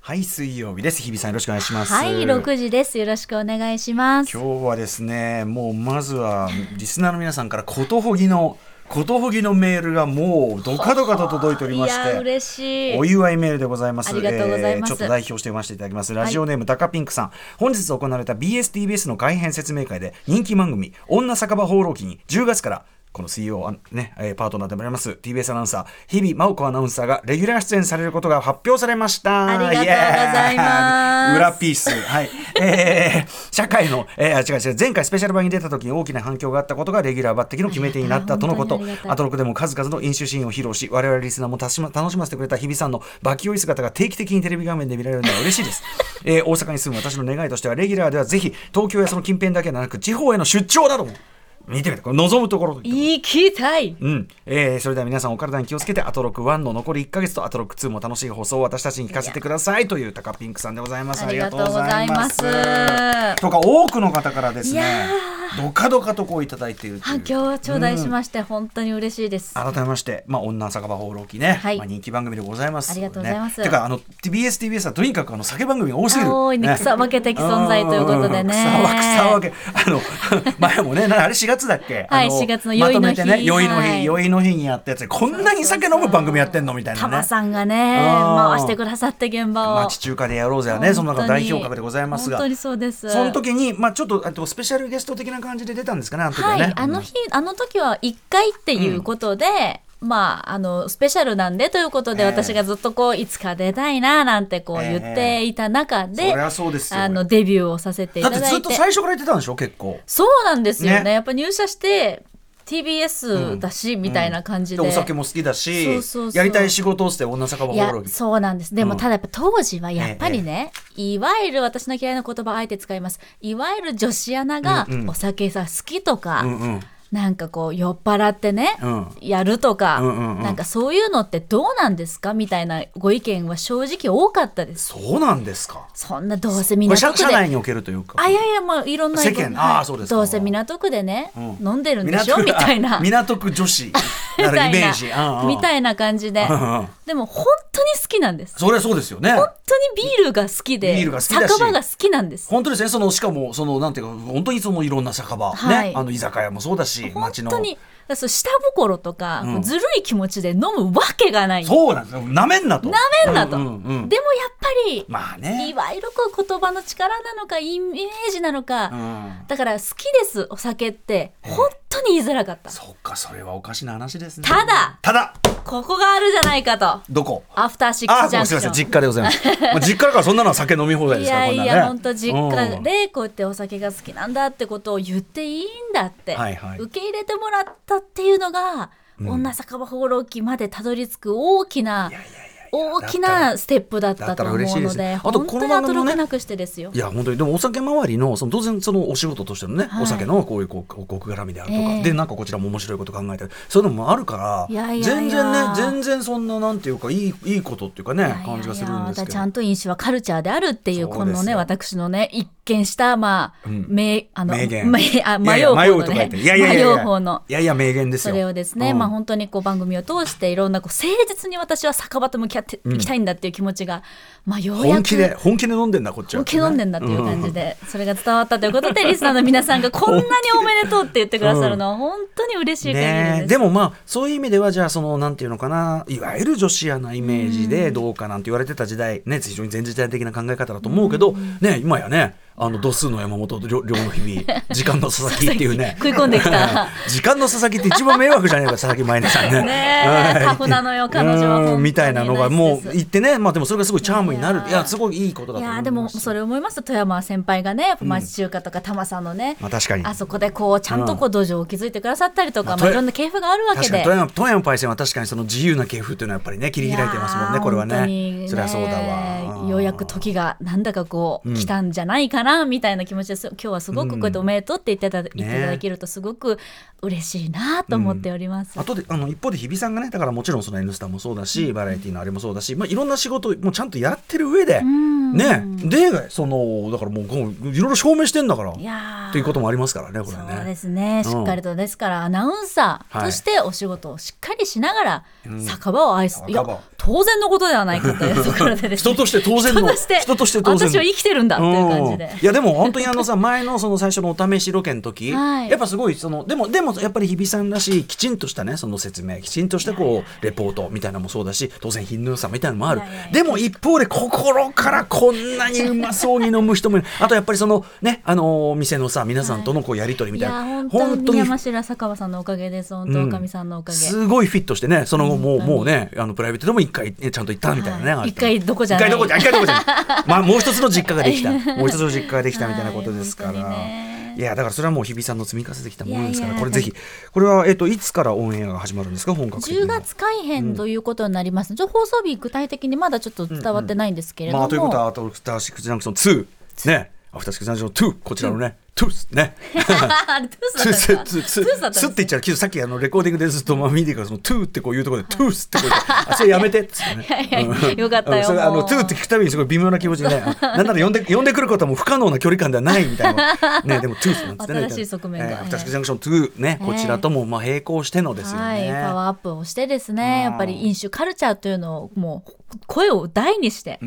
はい水曜日です日比さんよろしくお願いしますはい、六時です。よろしくお願いします。今日はですねもうまずはリスナーの皆さんからことほぎのことほぎのメールがもうドカドカと届いておりましいやて嬉しい。お祝いメールでございます。ありがとうございますちょっと代表して読ませていただきます。ラジオネーム、ダカピンクさん。本日行われた BSTBS の改編説明会で人気番組、女酒場放浪記に10月からこの水曜、あね、えーパートナーでもあります TBS アナウンサー、日々真央子アナウンサーがレギュラー出演されることが発表されました。ありがとうございイますエーイ裏ピース。はい。えー、社会の、えー、あ違う違う、前回スペシャル版に出た時に大きな反響があったことがレギュラー抜擢の決め手になったとのことありがたい本当にありが。たいアトロクでも数々の飲酒シーンを披露し、我々リスナーも楽しま楽しませてくれた日比さんのバキ酔い姿が定期的にテレビ画面で見られるのは嬉しいです。 えー大阪に住む私の願いとしては、レギュラーではぜひ、東京やその近辺だけではなく、地方への出張なども、見てみて、これ望むところといった行きたい。うんえーそれでは皆さんお体に気をつけてアトロク1の残り1か月とアトロク2も楽しい放送を私たちに聞かせてくださいというタカピンクさんでございますありがとうございますありがとうございますとか多くの方からですねどかどかとこういただいているという反響を頂戴しまして、本当に嬉しいです。改めまして、まあ、女酒場放浪記ね、はいまあ、人気番組でございます、ありがとうございますねてかあの BSTBS はとにかくあの酒番組が多すぎる多いね、草分け的存在ということでね。うん草分け、草分け。あの、前もね、なあれ4月だっけはいあ4月の酔いの日まとめてね、酔いのは日、い酔いの日にやったやつでこんなに酒飲む番組やってんのみたいなタマね。さんがね、あー回してくださって現場を。町中華でやろうぜはね、その中の代表格でございますが。本当にそうです。その時に、まあちょっと、あとスペシャルゲスト的な感じで出たんですかね、あの時ははね。い、あの日、あの時は1回っていうことで、まあ、あのスペシャルなんでということで、ええ私がずっとこういつか出たいななんてこう言っていた中ええで、そりゃそうですよあのデビューをさせていだたってだずっいとて最初から言ってたんでしょ、結構。そうなんですよねねやっぱ入社して TBS だし、みたいな感じでで。お酒も好きだしそうそうそうやりたい仕事をして女酒場い放や浪記そうなんですでも、うんただやっぱ当時はやっぱりね、いわゆる私の嫌いな言葉あえて使いますいわゆる女子アナがうんうんお酒さ好きとか、うんうんなんかこう酔っ払ってね、うんやるとか、うんうんうんなんかそういうのってどうなんですかみたいなご意見は正直多かったですそうなんですかそんなどうせみんこなれ社特社で内におけるというかあいやいやもういろんな世間はいあーそうですかどうせ港区でね、うん飲んでるんでしょ港区みたいなみ港区女 子なるたイいメーなジうんうんみたいな感じでうんうんでも本当に好きなんですそれはそうですよね本当にビールが好きでビールが好きだし酒場が好きなんです本当ですねそのしかもそのなんていうか本当にそのいろんな酒場、はいねあの居酒屋もそうだし本街の当にだからそう下心とか、うんこうずるい気持ちで飲むわけがないなそうなんですよなめんなとなめんなと、うんうんうんでもやっぱり、まあいねわゆるこう言葉の力なのかイメージなのか、うんだから好きですお酒って本当に言いづらかった、そっかそれはおかしな話ですねただただここがあるじゃないかとどこアフターシッあクスジャもンうすクシいョまンせん実家でございます もう実家だからそんなのは酒飲み放題いですからやいこんなや、ね本当実う家んでこうやってお酒が好きなんだってことを言っていいんだって、はいはい受け入れてもらったっていうのが、女酒場放浪記までたどり着く大きな。大きなステップだったと思うだったら嬉しいでのすで、ねあと本当こにの番ア組トもロねクなくしてですよい。や本当にでもお酒周りのその当然そのお仕事としてのね、はいお酒のこういうこうこう絡みであるとか、ええでなんかこちらも面白いこと考えたりそういうのもあるからいやいやいや全然ね全然そんななんていうかいいいいことっていうかねいやいやいや感じがするんですまたけちどゃんと飲酒はカルチャーであるっていうそこうですよのね私のね一見したまあ、うん名あの名言めあいやい 迷やう方迷うのとか言ねっていやいやいやいや迷う方のいやいや名言ですそよれをですね、うんまあ本当にこう番組を通していろんなこう誠実に私は酒場と向き合っていきたいんだっていう気持ちが、まあようやく本気で本気で飲んでんだこっちは本気で飲んでんだっていう感じで、それが伝わったということでリスナーの皆さんがこんなにおめでとうって言ってくださるのは本当に嬉しい限りです。ねえでもまあそういう意味ではじゃあそのなんていうのかないわゆる女子アナイメージでどうかなんて言われてた時代ね非常に前時代的な考え方だと思うけど、ね今やねあの度数の山本量の日々 時間の佐々木っていうね食い込んできた 時間の佐々木って一番迷惑じゃねえか 佐々木舞音さんね。ねえはいタフなのよ彼女は本当にうんみたいなのがもう言ってねまあでもそれがすごいチャームになるいやいいややすごいいいことだと思いいやまーす。でもそれ思いますと富山先輩がねやっぱ町中華とか多摩さんのね、まあ確かにあそこでこうちゃんとこう土壌を築いてくださったりとか、まあまあ、いろんな系譜があるわけ確かにで富。山富山パイセンは確かにその自由な系風というのはやっぱりね切り開いてますもんいやねーこれは本当にねそりゃそうだわうんようやく時がなんだかこう、うん来たんじゃないかなみたいな気持ちです今日はすごくこうやっておめでとうって言っていただ,、言っていただけるとすごく嬉しいなと思っております。あとであの一方で日比さんがねだからもちろんその「N スタ」もそうだし、バラエティのあれもそうだし、まあ、いろんな仕事もちゃんとやってる上で、んねでそのだからもうこういろいろ証明してんだからいやーっていうこともありますからねこれそうでね。すね、しっかりとですからアナウンサーとしてお仕事をしっかりしながら、酒場を愛す、酒場いや当然のことではないかというところでですね 人として当当然の人として人として当然の私は生きてるんだっていう感じでんいやでも本当にあのさ前のその最初のお試しロケの時、はいやっぱすごいそのでもでもやっぱり日比さんらしいきちんとしたねその説明きちんとしたこうレポートみたいなのもそうだし当然品の良さみたいなのもあるいやいやいやでも一方で心からこんなにうまそうに飲む人もいるあとやっぱりそのねあのお店のさ皆さんとのこうやり取りみいたいやな、本当本当にに山頭佐川さんのおかげです本当うんおかみさんのおかげ、すごいフィットしてねその後もう本当にもうねあのプライベートでも一回ねちゃんと行ったみたいなね、はいあれ一回どこじゃない一回どこじゃ一回どこじゃないまあもう一つの実家ができ たもう一つの実家ができたみたいなことですから、はい本当にねいやだからそれはもう日比さんの積み重ねてきたものですからいやいこやれぜひこれはえっ、といつからオンエアが始まるんですか本格的に10月改編ということになります、ちょ放送日具体的にまだちょっと伝わってないんですけれども、まあということはアフターシックスジャンクション2ねアフターシックスジャンクション2こちらのね2です ね あれトゥースだったんですかツトゥースだったんですって言っちゃうけどさっきあのレコーディングでずっとまあ見てからそのトゥーってこういうところでトゥースってこう言ってあそれやめてっつってねいやいやよかったようんそれあものうトゥーって聞くたびにすごい微妙な気持ちでね あなんなら呼んで呼んでくることはもう不可能な距離感ではないみたい なねでもトゥースなんつってね新しい側面がえーアフターシックスジャンクション2ねこちらともまあ並行してのですよはい、ねパワーアップをしてですね、うんやっぱり飲酒カルチャーというのをもう声を大にして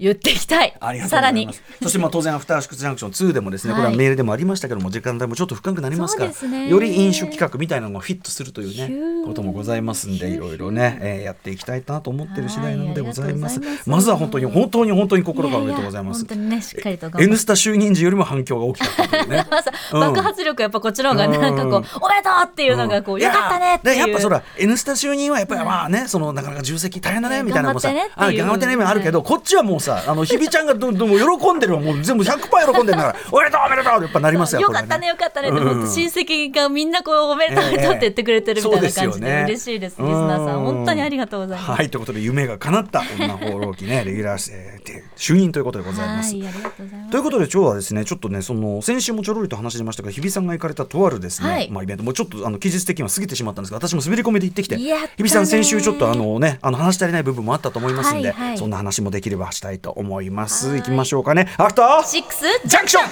言っていきたい、ありがとうさごらざいにます。そしてまあ当然アフターシックスジャンクション2でもですね、これははいメールでもありましたけども時間帯もちょっと深くなりますから、そうですねより飲酒企画みたいなのがフィットするというヒねューこともございますんでいろいろね、えーやっていきたいなと思ってる次第なのでございます。はいありがとうございますまずは本当に本当に本当に心からおめでとうございややます本当。にねしっかりと頑張 N ってスタ就任時よりも反響が大きかったというね。まずうん爆発力やっぱこっちの方がなんかこう、うんおめでとう っていうのがこう、んよかったねっていうややっぱそら「N スタ」就任はやっぱりまあね、そのなかなか重責大変だねみたいなのもさ頑張ってねあっていう頑張ってねもあるけど、こっちはもうさあの日比ちゃんがどどうも喜んでるわもう全部100%喜んでるんだ から「おめでとうおめでとう」ってやっぱなりますよよかったねよかったねって、うん本当親戚がみんなこうおめでとうおめでとうって言ってくれてるみたいな感じで、嬉しいです、リスナーさん本当にありがとうございます、はいということで夢が叶った女放浪記ねレギュラー、えーで就任ということでございます。はいありがとうございますということで今日はですねちょっとねその先週もちょろりと話しましたが日比さんが行かれたとあるですね、はいまあ、イベントもうちょっとあの期日的には過ぎてしまったんですが私も滑り込みで行ってきてやったね日比さん先週ちょっとあのねあの話し足りない部分もあったと思いますんで、はいはいそんな話もできればしたいと思いますはい行きましょうかねアフターシックスジャンクション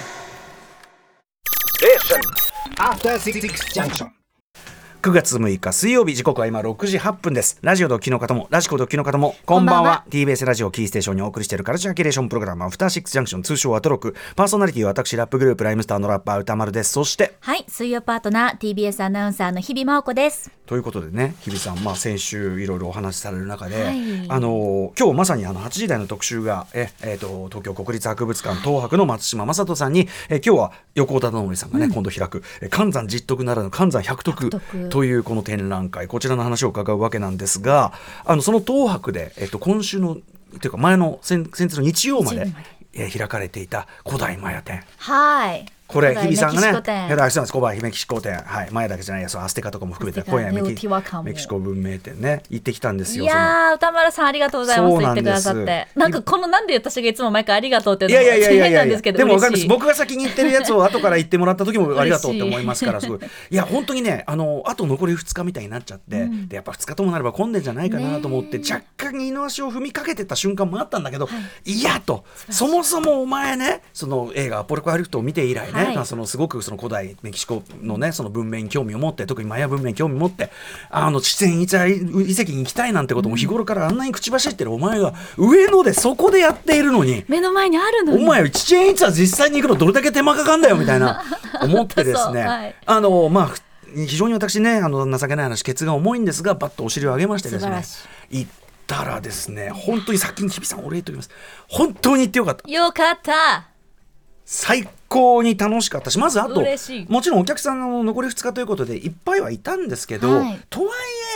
After Six Junction. 9月6日水曜日時刻は今6時8分ですラジオドッキの方もラジコドッキの方もこんばんはこんばんは TBS ラジオキーステーションにお送りしているカルチャーキュレーションプログラムアフターシックスジャンクション通称アトロクパーソナリティは私ラップグループライムスターのラッパー歌丸ですそしてはい水曜パートナー TBS アナウンサーの日々真央子ですということでね日比さん、まあ、先週いろいろお話しされる中で、はいあの今日まさにあの8時台の特集がえ、えー、と東京国立博物館東博の松島正人さんにえ今日は横尾忠則さんがね、今度開くえ寒山十徳ならぬ寒山百徳百徳というこの展覧会こちらの話を伺うわけなんですがあのその東博で、えっと今週のというか前の先先日の日曜まで日曜まえー開かれていた古代マヤ展。はいこれ日比さんがね、古代メキシコヘ店ダそうなんです。コバメキシコ店、はい、前だけじゃないや、そうアステカとかも含めてアステカ今夜メテオテキィワカンもメキシコ文明店ね行ってきたんですいよ。やー歌丸さんありがとうございますそう言なんってくでだすさってなんかこのなんで私がいつも毎回ありがとうってそいのうのいもやいやいやい変なやんいでやすけどでもわかんないで嬉しすい僕が先に行ってるやつを後から行ってもらった時もありがとうって思いますからす嬉しごいいいや本当にねあのあと残り2日みたいになっちゃって、でやっぱ2日ともなれば混んでんじゃないかなと思って、ね若干二の足を踏みかけてた瞬間もあったんだけど、い、やとそもそもお前ねその映画「アポロコ・ハリフト」を見て以来ね、はいまあそのすごくその古代メキシコのねその文明に興味を持って特にマヤ文明に興味を持ってあの地点遺跡遺跡に行きたいなんてことも日頃からあんなに口走ってるお前が上野でそこでやっているのに。目の前にある のおに前、チチェンイツは実際に行くのどれだけ手間かかんだよみたい な思ってですね、そうはいあのまあふ非常に私ねあの情けない話ケツが重いんですがバッとお尻を上げましてです素晴ねらし行ったらですね本当に先に日比さんお礼言っておきます本当に行ってよかったよかった最高に楽しかったしまずあと嬉しいもちろんお客さんの残り2日ということでいっぱいはいたんですけど、はいとはい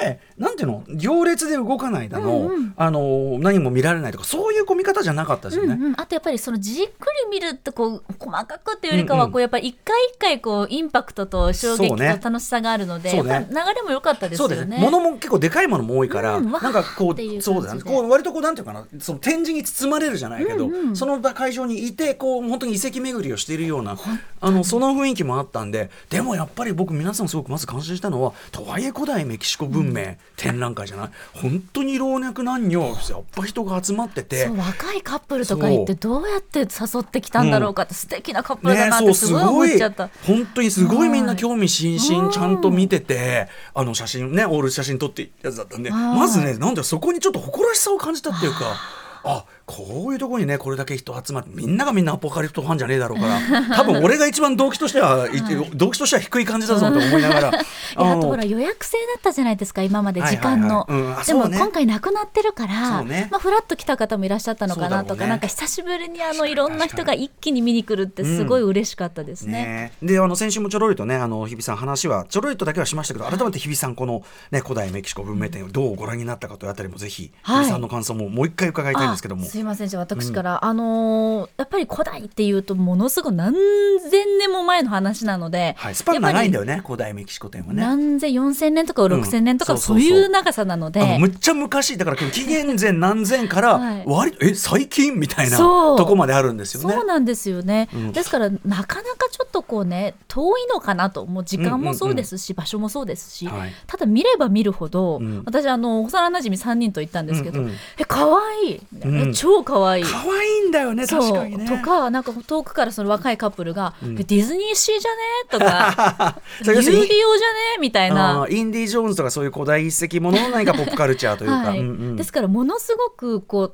えなんていうの行列で動かないだの,、あの何も見られないとかそういう混み方じゃなかったですよね。うんうん、あとやっぱりそのじっくり見るとこう細かくっていうよりかはこうやっぱり一回一回こうインパクトと衝撃そうとね楽しさがあるので、そうねやっぱり流れも良かったですそようですね。ね。物も結構でかいものも多いから、うんなんかこわーっていう感じう、そでうだね。こう割とこうなんていうかな、その展示に包まれるじゃないけど、その場会場にいてこう本当に遺跡巡りをしているような、あのその雰囲気もあったんで、でもやっぱり僕皆さんすごくまず感心したのは、とはいえ古代メキシコ文明展覧会じゃない、本当に老若男女やっぱ人が集まっててそう、若いカップルとか行ってどうやって誘ってきたんだろうかって素敵なカップルだね、なっそうてすすごい思ごっいちゃった。本当にすごはいいみんな興味津々ちゃんと見ててあの写真ねオール写真撮ってやつだったんではいまずねなんだろうそこにちょっと誇らしさを感じたっていうか。あこういうところにねこれだけ人集まってみんながみんなアポカリプトファンじゃねえだろうから多分俺が一番動機としては、い動機としては低い感じだぞと思いながら。 いやああのとほら予約制だったじゃないですか今まで時間の、はいはいはいうんあでそもうね今回なくなってるから、そうねまあ、フラッと来た方もいらっしゃったのかなそとうだろうか、ねなんか久しぶりにあのいろんな人が一気に見に来るってすごい嬉しかったですね。ねであの先週もちょろりとねあの日比さん話はちょろりとだけはしましたけど改めて日比さんこの、ね、古代メキシコ文明展をどうご覧になったかというあたりもぜひ、はい日比さんの感想ももう一回伺いたいんですけどもあすいませんじゃあ私から、あのーやっぱり古代っていうとものすごい何千年も前の話なので、はい、スパン長いんだよよね古代メキシコ展はね。何千4000年とかん6000年とか、そそううそうそういう長さなのであのむっちゃ昔だから紀元前何千か はらい割とえ最近みたいなそうとこまであるんですよね。そうなんですよね、んですからなかなかちょっとこうね遠いのかなともう時間もそうですし、場所もそうですし、はいただ見れば見るほど、ん私あの幼なじみ3人と行ったんですけど「うんうんえ可愛いみたいなうんえ超可愛い可愛いんだよね確そかうにね。とかなんか遠くからその若いカップルが「えディズニーシーじゃね?」とか「そ遊れ要戯王すじゃるにね?」みたいあなーインディ・ジョーンズとかそういう古代遺跡ものの何かポップカルチャーというか。はいうんうんですからものすごくこう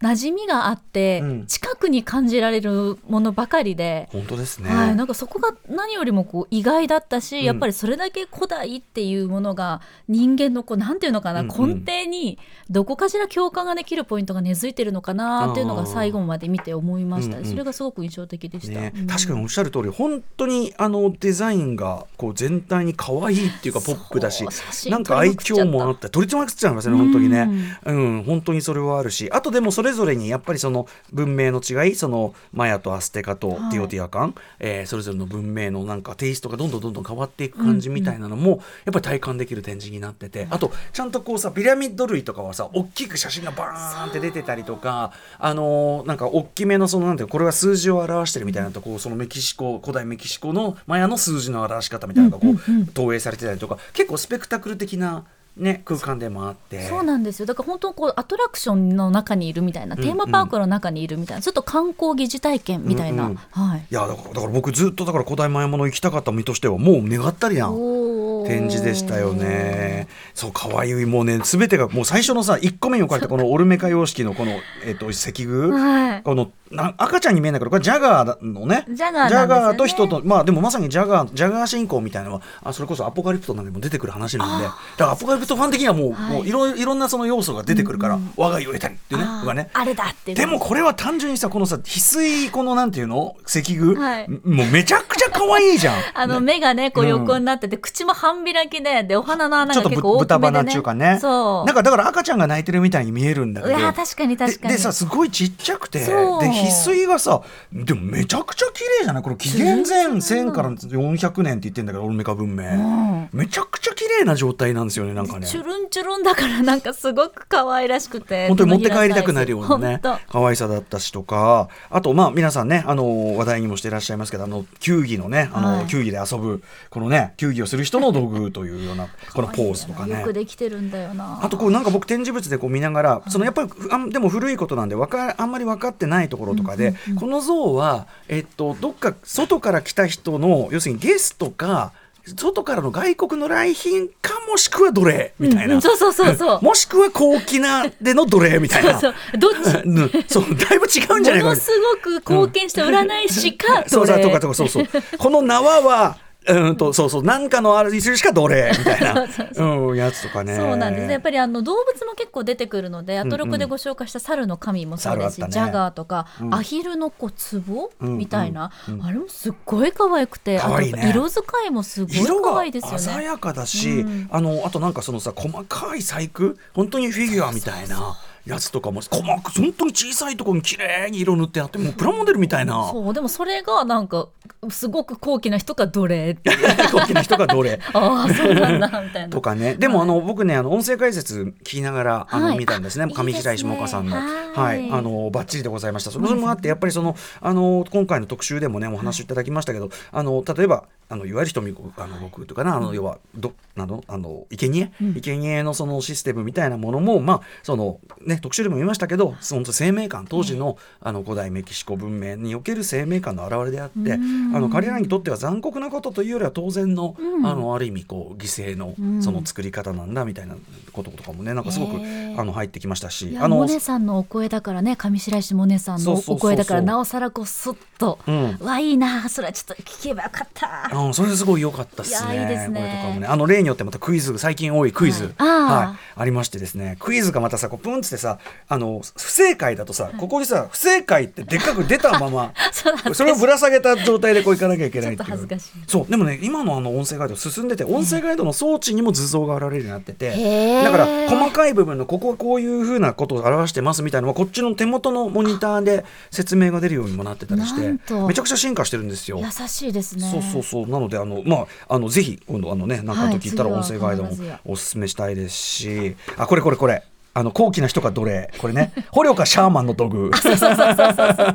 馴染みがあって、うん近くに感じられるものばかりで。本当ですね。はい、なんかそこが何よりもこう意外だったし、んやっぱりそれだけ古代っていうものが人間のこうなんていうのかな、うんうん根底にどこかしら共感ができるポイントが根付いてるのかなっていうのが最後まで見て思いました、うんうんそれがすごく印象的でした、ねうん、確かにおっしゃる通り本当にあのデザインがこう全体に可愛いっていうかポップだしそう写真なんか愛嬌もあって取りつまくっちゃいますね本当にねうん本当にそれはあるしあとでもそれぞれにやっぱりその文明の違いそのマヤとアステカとティオティアカン、えーそれぞれの文明のなんかテイストがどんどんどんどん変わっていく感じみたいなのもやっぱり体感できる展示になっててあとちゃんとこうさピラミッド類とかはさ大きく写真がバーンって出てたりとかあのーなんか大きめのそのなんていうのこれは数字を表してるみたいなとこうそのメキシコ古代メキシコのマヤの数字の表し方みたいなのがこう投影されてたりとか結構スペクタクル的な、ね、空間でもあって。そうなんですよだから本当こうアトラクションの中にいるみたいな、テーマパークの中にいるみたいなちょっと観光疑似体験みたいな、うんうんはいいやだからだから僕ずっとだから古代マヤ物行きたかった身としてはもう願ったりやんおー展示でしたよねそう可愛いもうね全てがもう最初のさ1個目に置かれたこのオルメカ様式のこの、えっと石具、はいこのな赤ちゃんに見えないからこれジャガーのねジャガーなんですよねジャガーと人とまあでもまさにジャガージャガー信仰みたいなのはあそれこそアポカリプトなんかにも出てくる話なんでだからアポカリプトファン的にはもう,、い、はいもういろいろんなその要素が出てくるから、我が家を得たりっていうねあー僕はねあれだっていうでもこれは単純にさこのさ翡翠このなんていうの石具、はいもうめちゃくちゃ可愛いじゃん あの目がねこううん横になってて、口も半開きででお花の穴ちょっがと結ぶ構豚大きめ鼻でっねていうかねそうなんかだから赤ちゃんが泣いてるみたいに見えるんだけどいやー確かに確かにででさすごいちっちゃくてでそう翡翠がさでもめちゃくちゃ綺麗じゃないこれ紀元前1000から400年って言ってんだからオルメカ文明、めちゃくちゃ綺麗な状態なんですよねなんかねチュルンチュルンだからなんかすごく可愛らしくて本当に持って帰りたくなるようなね手のひらサイズ可愛さだったしとかあとまあ皆さんねあの話題にもしていらっしゃいますけどあの球技のねあの、はい球技で遊ぶこのね球技をする人の道具というようなこの本当ポーズとかねよくできてるんだよなあとこうなんか僕展示物でこう見ながらそのやっぱりあんでも古いことなんでわかあんまり分かってないところとかで、この像は、えっと、どっか外から来た人の要するにゲストか外からの外国の来賓かもしくは奴隷みたいな、うん そうそうそうそうもしくは高貴なでの奴隷みた いな そうそうどっちうんそうだいぶ違うんじゃないもかのすごく貢献した占い師か そう奴そう隷とかとかそうそうこの縄はうんとそうそうなんかのあるしか奴隷みたい なうんやつとかねそうなんですねやっぱりあの動物も結構出てくるのでアトロクでご紹介した猿の神もそうですし、猿あったジねャガーとか、うんアヒルのこう壺、うんみたいな、あれもすっごい可愛くて可愛いねあと色使いもすごい色可が愛いですよ鮮ね。やかだし、うんあのあとなんかそのさ細かい細工本当にフィギュアみたいなやつとかも細かく本当に小さいところに綺麗に色塗ってあってもうプラモデルみたいな そうでもそれがなんかすごく高貴な人か奴隷っていう高貴な人がどれああそうなんだみたいな。とかねでもあの僕ねあの音声解説聞きながらあはのい見たんですねあ上いいです白ね石萌歌さんのははいいあのバッチリでございましたそれもあってやっぱりそのあの今回の特集でもねお話しいただきましたけどあの例えばあのいわゆる瞳子あの僕とかなあの要はどなのあの生贄生贄のそのシステムみたいなものもまあそのね特集でも見ましたけど本当生命感当時のあの古代メキシコ文明における生命感の表れであってあの彼らにとっては残酷なことというよりは当然のうんあのある意味こう犠牲のうんその作り方なんだみたいなこととかもねなんかすごくへーあの入ってきましたしいやあのモネさんのお声だからね上白石萌音さんそうのそうそうそうお声だからなおさらこうスッとうんわいいなそれはちょっと聞けばよかったうん、それすごい良かったっすね。いやいいですねこれとかもね。あの例によってまたクイズ最近多いクイズ、ははいいああーりましてですね。クイズがまたさこうプンっつってさあの不正解だとさ、ここにさ不正解ってでっかく出たま まそうなんですそれをぶら下げた状態でこう行かなきゃいけないっていう。ちょっと恥ずかしいそうでもね今のあの音声ガイド進んでて音声ガイドの装置にも図像が現れるようになってへーてだから細かい部分のここはこういうふうなことを表してますみたいなのはこっちの手元のモニターで説明が出るようにもなってたりしてなんめとちゃくちゃ進化してるんですよ。優しいですねそうそうそうなのであのまああのぜひ今度あのねなんかの時行ったらはい音声ガイドも次は必ずやおすすめしたいですしあこれこれこれあの高貴な人か奴隷これ ね捕虜かシャーマンの道具フォ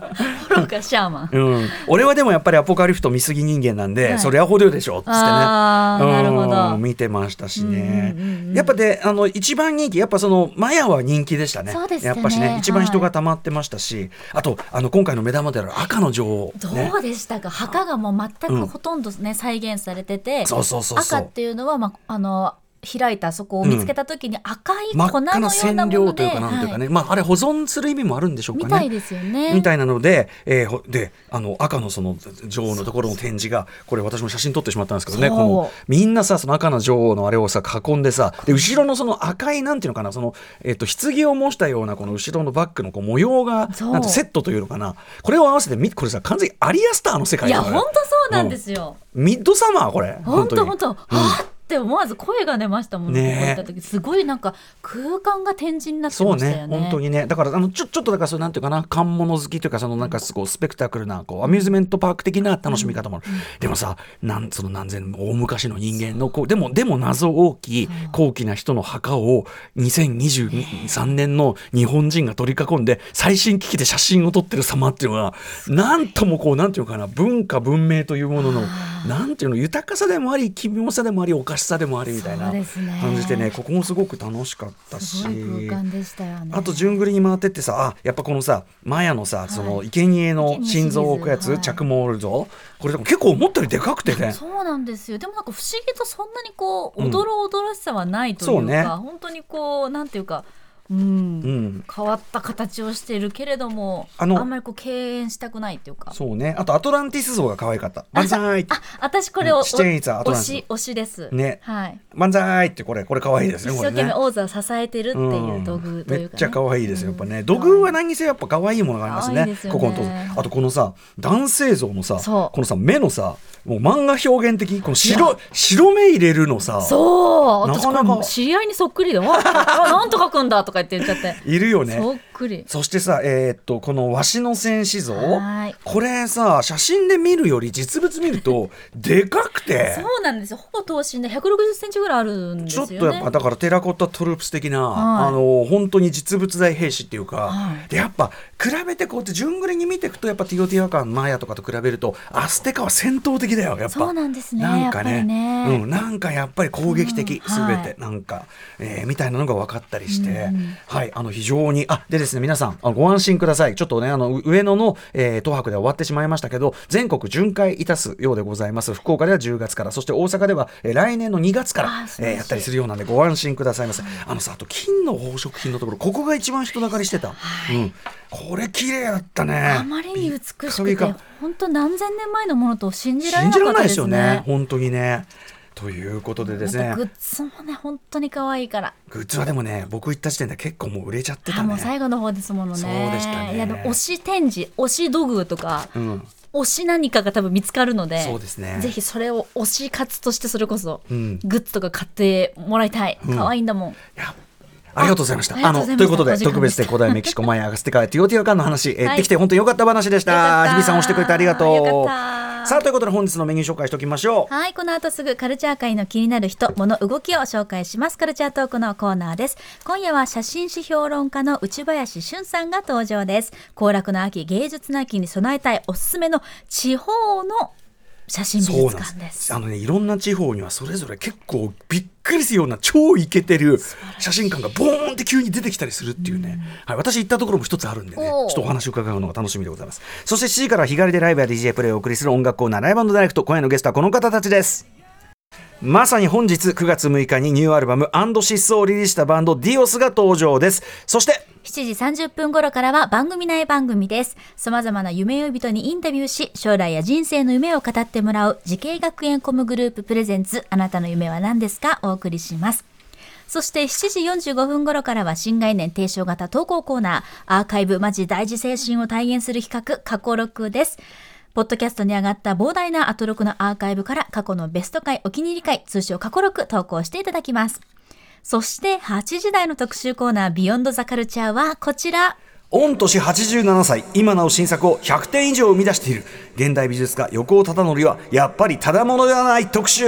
ローかシャーマンうん俺はでもやっぱりアポカリフト見過ぎ人間なんで、はいそれは捕虜でしょっつってねあーなるほどうん見てましたしね、うんうんうんうんやっぱであの一番人気やっぱそのマヤは人気でしたねそうですねやっぱしね、はい一番人が溜まってましたしあとあの今回の目玉である赤の女王、ねどうでしたか、墓がもう全うくんほとんどね、再現されててそうそうそうそう赤っていうのは、まあ、あの開いたそこを見つけた時に赤い粉真っの赤なような染も料のとで、いうかなんというかはいね、まああれ保存する意味もあるんでしょうかね。みたいですよね。みたいなので、えーほであの赤のその女王のところの展示がこれ私も写真撮ってしまったんですけどねそうこのみんなさその赤の女王のあれをさ囲んでさで後ろのその赤いなんていうのかなその、えっと棺を模したようなこの後ろのバッグのこう模様がそうなんてセットというのかなこれを合わせてみこれさ完全にアリアスターの世界いやだから本当そうなんですよ。ミッドサマーこれ本当本に当、はあって思わず声が出ましたもんねね。えここ行った時すごいなんか空間が展示になってそうましたねよね。本当にねだからあのちょちょっとだからそれなんていうかな缶物好きというかそのなんかすごいスペクタクルなこうアミューズメントパーク的な楽しみ方もある、でもさなんその何千大昔の人間のこうでもでも謎大きい高貴な人の墓を2023年の日本人が取り囲んで最新機器で写真を撮ってる様っていうのはなんともこうなんていうのかな文化文明というもののなんていうの豊かさでもあり奇妙さでもありおかしさでもありみたいなそうですね感じでねここもすごく楽しかったし。すごい空間でしたよね。あと順繰りに回ってってさあやっぱこのさマヤのさ、その生贄の心臓を置くやつ、はい着毛るぞこれでも結構思ったよりでかくてねそうなんですよでもなんか不思議とそんなにこうおどろおどろしさはないというか、そうね本当にこうなんていうか、うんうん変わった形をしているけれどもああのんまりこう敬遠したくないというかそうねあとアトランティス像が可愛かった「万歳!」あ私これを、うおんシチェンイツァアト推ランティスし推しです、ねはい、万歳ってこれこれ可愛いです一ね生これ懸ね命王座を支えてるっていう土う偶んというか、ねめっちゃ可愛いですよやっぱね、土うん偶は何せやっぱ可愛いものがあります可ね愛いですよねここのとあとこのさ男性像のさそうこのさ目のさもう漫画表現的この白白目入れるのさそう私なかなかこれ知り合いにそっくりで「わあなんと書くんだ」とか言って言っちゃって、いるよ ねそっくりそしてさ、えーっと、このわしの戦士像はい。これさ、写真で見るより実物見る と、でかくてそ。うなんですよほぼ等身で1 6 0ンチぐらいあるんですちょっよとねやっぱ、だからテラコッタトループス的な、はいあの、本当に実物大兵士っていうか、はいで、やっぱ、比べてこうやって、順繰りに見ていくと、やっぱティオティワカン、マヤとかと比べると、アステカは戦闘的だよ、やっぱ。そうなんですねなんかねやっぱりねうん、なんかやっぱり攻撃的うんすべはいてなんか、えーみたいなのが分かったりして、うんはいあの非常にあでですね皆さんあのご安心くださいちょっとねあのう上野の、えー、東博では終わってしまいましたけど全国巡回いたすようでございます福岡では10月からそして大阪では、えー来年の2月からあー素晴らしえいーやったりするようなんでご安心くださいませあのさあと金の宝飾品のところここが一番人だかりしてた、うん、これ綺麗だったねあまりに美しくびてっかびか本当何千年前のものと信じられ信なじからっなたいでですすよねね。本当にねということでですまねたグッズもね本当に可愛いから、グッズはでもね僕行った時点で結構もう売れちゃってあたねもう最後の方ですものねそうでしたねいやでも推し展示推し土偶とか、うん推し何かが多分見つかるのでそうですねぜひそれを推し活としてそれこそ、うんグッズとか買ってもらいたいん可愛いんだもん、いやありがとうございました。ありがあとうのございましたということおで時間特別で古代メキシコマヤアステカティオティワカンの話、えーはいできて本当に良かった話でし。よかったた日比さん押してくれてありがよとかったう。さあということで本日のメニュー紹介しておきましょう。はい、この後すぐカルチャー界の気になる人、物、動きを紹介します。カルチャートークのコーナーです。今夜は写真史評論家の内林俊さんが登場です。行楽の秋、芸術の秋に備えたいおすすめの地方の写真美そう術なん館でですすあのねいろんな地方にはそれぞれ結構びっくりするような超イケてる写真館がボーンって急に出てきたりするっていうね、はい、私行ったところも一つあるんでねちおょうっとお話を伺うのが楽しみでございますそして7時からは日帰りでライブや DJ プレイをお送りする音楽コーナーライブダイレクト今夜のゲストはこの方たちですまさに本日9月6日にニューアルバム「シス」をリリースしたバンドディオスが登場ですそして7時30分頃からは番組内番組です。様々な夢追い人にインタビューし、将来や人生の夢を語ってもらう、慈恵学園コムグループプレゼンツ、あなたの夢は何ですかお送りします。そして7時45分頃からは新概念提唱型投稿コーナー、アーカイブマジ大事精神を体現する企画、過去録です。ポッドキャストに上がった膨大なアトロクのアーカイブから過去のベスト回、お気に入り回、通称過去録投稿していただきます。そして8時台の特集コーナー「ビヨンドザカルチャーはこちら。御年87歳今なお新作を100点以上生み出している現代美術家横尾忠則はやっぱりただものではない特集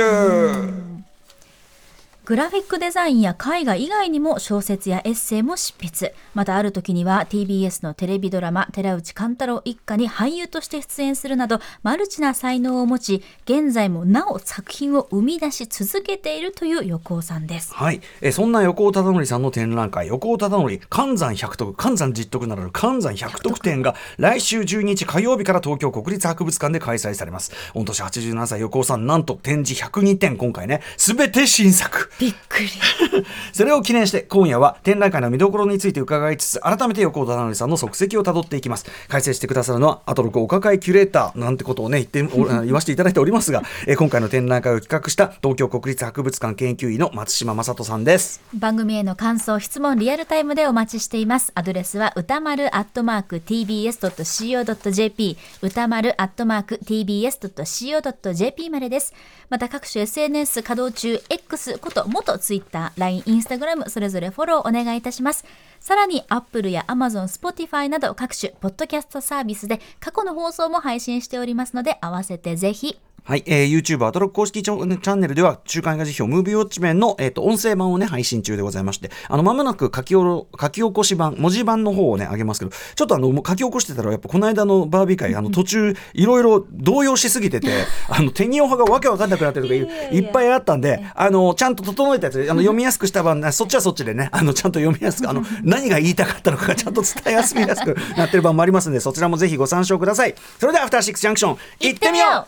グラフィックデザインや絵画以外にも小説やエッセイも執筆。またある時には TBS のテレビドラマ寺内貫太郎一家に俳優として出演するなどマルチな才能を持ち、現在もなお作品を生み出し続けているという横尾さんです。はい、えーそんな横尾忠則さんの展覧会横尾忠則関山百徳関山十徳ならぬ関山百徳展が来週12日火曜日から東京国立博物館で開催されます御年87歳横尾さんなんと展示102点今回ね全て新作びっくり。 それを記念して今夜は展覧会の見どころについて伺いつつ改めて横尾忠則さんの足跡をたどっていきます解説してくださるのはアトロクお抱えキュレーターなんてことをね言ってお言わせていただいておりますが、えー今回の展覧会を企画した東京国立博物館研究員の松島正人さんです番組への感想、質問、リアルタイムでお待ちしています。アドレスは歌丸アットマーク tbs.co.jp 歌丸アットマーク tbs.co.jp までです。また各種 SNS 稼働中 X こと元 Twitter、LINE、Instagram それぞれフォローお願いいたします。さらに Apple や Amazon、Spotify など各種ポッドキャストサービスで過去の放送も配信しておりますので合わせてぜひはい、えー、YouTube アトロック公式チャンチャンネルでは、週刊映画辞表、ムービーウォッチメンの、えー、と音声版をね、配信中でございまして、あの、まもなく書きおろ書き起こし版、文字版の方をね、上げますけど、ちょっとあの、もう書き起こしてたら、やっぱこの間のバービー会、あの、途中、いろいろ動揺しす ぎてて、あの、手におはがわけわかんなくなってるとかいやう、いいやっぱいあったんで、あの、ちゃんと整えたやつ、あの、読みやすくした版、そっちはそっちでね、あの、ちゃんと読みやすく、あ の、何が言いたかったのかがちゃんと伝えやすみやすくなってる版もありますんで、そちらもぜひご参照ください。それでは、アフターシックスジャンクション、行ってみよう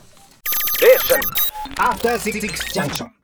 After Six Junction.